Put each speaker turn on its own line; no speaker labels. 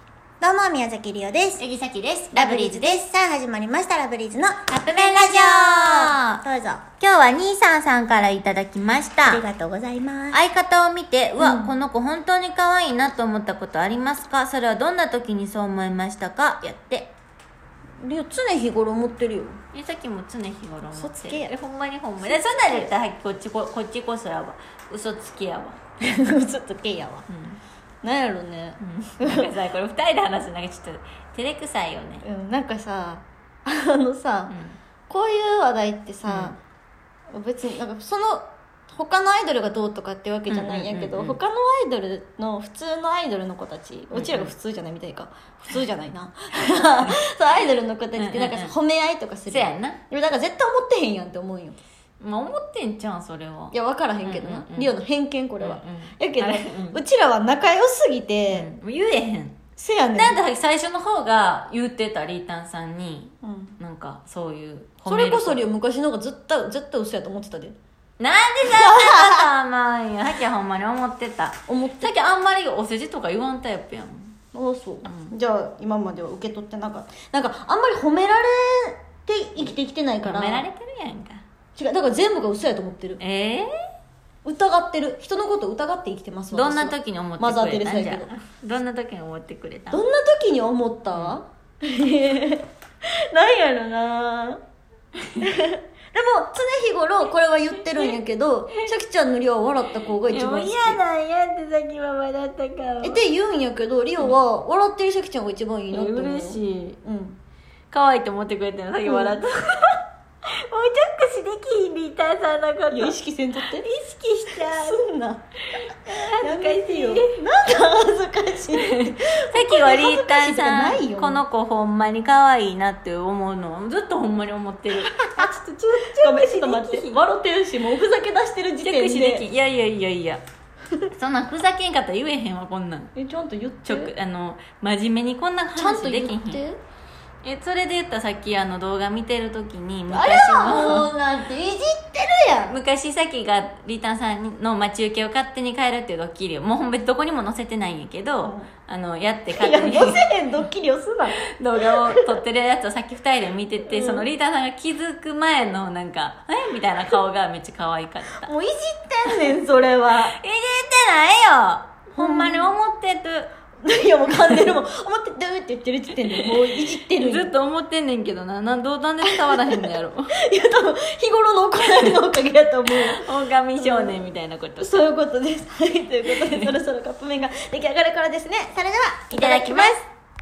どうも、宮崎りおです。
えぎさきです
ラブリーズです。さあ、始まりました、ラブリーズのカップ
麺ラ
ジオどうぞ。
今日は兄さんさんからいただきまし
あり
た
がとうございます。
相方を見て、うわ、この子本当に可愛いなと思ったことありますかそれはどんな時にそう思いましたかやって。
りお、常日頃持ってるよ。
え、さっきも常日頃思
嘘
っ
つ
て
けや
え、ほんまにほんまに。えそんなんで言ったら、はい、こっちこ、こっちこそやわ。嘘つきや わ。
ちょっとけいやわ。
う
なんやろね。
ん。なんかさ、これ二人で話すのなんかちょっと、照れくさいよね。
うん、なんかさ、あのさ、こういう話題ってさ、別になんかその他のアイドルがどうとかってわけじゃないんやけど、
うんうんうんうん
他のアイドルの普通のアイドルの子たち、うちらが普通じゃないみたいか普通じゃない なそうアイドルの子たちってなんかさ
うんうん
褒め合いとかする
せやんな。
俺なんか絶対思ってへんやんって思うんよ
まあ、思ってんじゃん、それは。
いや分からへんけどな、
うんうんうん
リオの偏見これは、
うんうん
やけど、
あれうん
うちらは仲良すぎて、
うん、もう言えへん。
せやねん
なんだ最初の方が言ってたリータンさんに
うん
なんかそういう
それこそリ
り
オ昔の方がずっと絶対嘘やと思ってたで
なんでそんなこと思うんやさっきはほんまに思って た
思って
さっきあんまりお世辞とか言わんタイプやん
ああそう、じゃあ今までは受け取ってなかったなんかあんまり褒められて生きてきてないから
褒められてるやんか
違うだから全部が嘘やと思ってる
ええ
疑ってる人のことを疑って生きてます
どんな
私は
時に思って
マザ
く
ー・テレ
れた
サ
ん
や
じ
け
ゃ
ど
あどんな時に思ってくれた
どんな時に思った、なんやろなでも常日頃これは言ってるんやけ どシャキちゃんのリオは笑った子が一番好き
なんやってさっきは笑ったから
えって言うんやけどリオは笑ってるシャキちゃんが一番いいなって思う
嬉しい
うん
可愛いと思ってくれてるのさっき笑 った、もうちょっとしできひんリータンさんのこと
いや意識せんとって
意識しちゃう
すんな
恥ずかしい
やめてよなんで恥ずかしいの
さっきはリータ
恥ずかし
ンさ
いとかない
ん
よ
この子ほんまに可愛いなって思うのずっとほんまに思って るあちょっとちょ
ごめんちょっと待って笑ってるしもうふざけ出してる時
着
点
手でき
で
んいやいやいやいやそんなんふざけんかったら言えへんわこんなん
えちゃんと言って
ちょくあの真面目にこんな
ちゃん
話
と
で
言
きん
って
えそれで言ったらさっきあの動画見てる時に
あれ
昔
は
の
もうなんていじってるやん
昔さっきがリータンさんの待ち受けを勝手に変えるっていうドッキリをもうほんまにどこにも載せてないんやけど、
うん
あのやって勝
いや
手に
乗せへんドッキリをすな
動画を撮ってるやつをさっき2人で見てて、
うん
そのリーダーさんが気づく前のなんか「えみたいな顔がめっちゃ可愛かった
もういじってんねんそれは
いじってないよほんまに思ってる、
いやもう噛んでるもん思ってドゥーって言ってる時点でもういじってるん
ず
よ
っと思ってんねんけどななんどうなんで伝わらへんの やろ
いや多分日頃の行いのおかげやと思う
狼少年みたいなこと
そういうことですはいということでそろそろカップ麺が出来上がるからですねそれではい
ただきます